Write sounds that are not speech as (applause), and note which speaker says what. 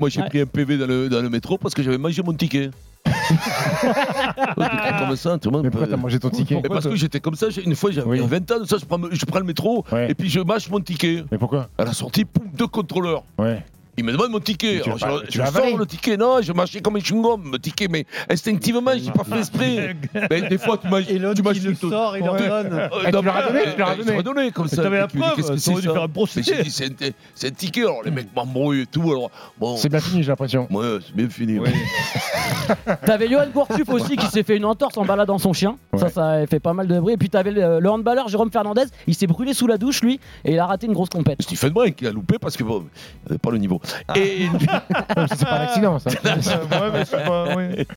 Speaker 1: moi j'ai
Speaker 2: Ouais.
Speaker 1: pris un PV dans le, dans le métro parce que j'avais mangé mon
Speaker 2: (laughs)
Speaker 1: ticket. Ouais, des trucs comme ça, tout le monde
Speaker 3: Mais
Speaker 1: peut-
Speaker 3: pourquoi t'as mangé ton ticket
Speaker 1: Mais parce que j'étais comme ça, j'ai- une fois j'avais
Speaker 3: Oui.
Speaker 1: 20 ans, ça, je, prends, je prends le métro
Speaker 3: Ouais.
Speaker 1: et puis je mâche mon ticket.
Speaker 3: Mais pourquoi
Speaker 1: À la sortie, poum, deux contrôleurs.
Speaker 3: Ouais.
Speaker 1: Il me demande mon ticket.
Speaker 3: Mais tu
Speaker 1: Alors,
Speaker 3: l'as pas-
Speaker 1: je
Speaker 3: tu
Speaker 1: je
Speaker 3: l'as avalé.
Speaker 1: sors le ticket. Non, je marchais comme un chewing-gum, mon ticket, mais instinctivement, j'ai pas fait
Speaker 3: (laughs)
Speaker 1: exprès. mais des fois, tu m'as
Speaker 2: Et l'autre qui le sort, il en
Speaker 3: Ouais.
Speaker 2: donne.
Speaker 1: Euh,
Speaker 3: Eh, tu leur as donné, tu leur as donné.
Speaker 1: comme ça.
Speaker 2: T'avais la
Speaker 1: Et puis, qu'est-ce que
Speaker 2: preuve,
Speaker 1: c'est
Speaker 2: t'aurais dû
Speaker 1: ça
Speaker 2: faire un
Speaker 1: Mais
Speaker 2: procès. (laughs)
Speaker 1: j'ai dit, c'est un, t- c'est un ticket. Alors, les mecs m'embrouillent et tout. Alors, bon,
Speaker 3: C'est bien fini, j'ai (laughs) l'impression.
Speaker 1: ouais, c'est bien fini.
Speaker 4: T'avais Johan Gourcuff aussi qui s'est fait une entorse en baladant son chien. Ça,
Speaker 3: Ouais.
Speaker 4: ça avait fait pas mal de bruit. Et puis t'avais le, le handballeur Jérôme Fernandez. Il s'est brûlé sous la douche, lui, et il a raté une grosse compète.
Speaker 1: Stephen Brink, il a loupé parce que, bon, il avait pas le niveau. Et
Speaker 3: Non, mais ça, C'est pas un accident, ça.
Speaker 2: Ouais, mais c'est pas- ouais.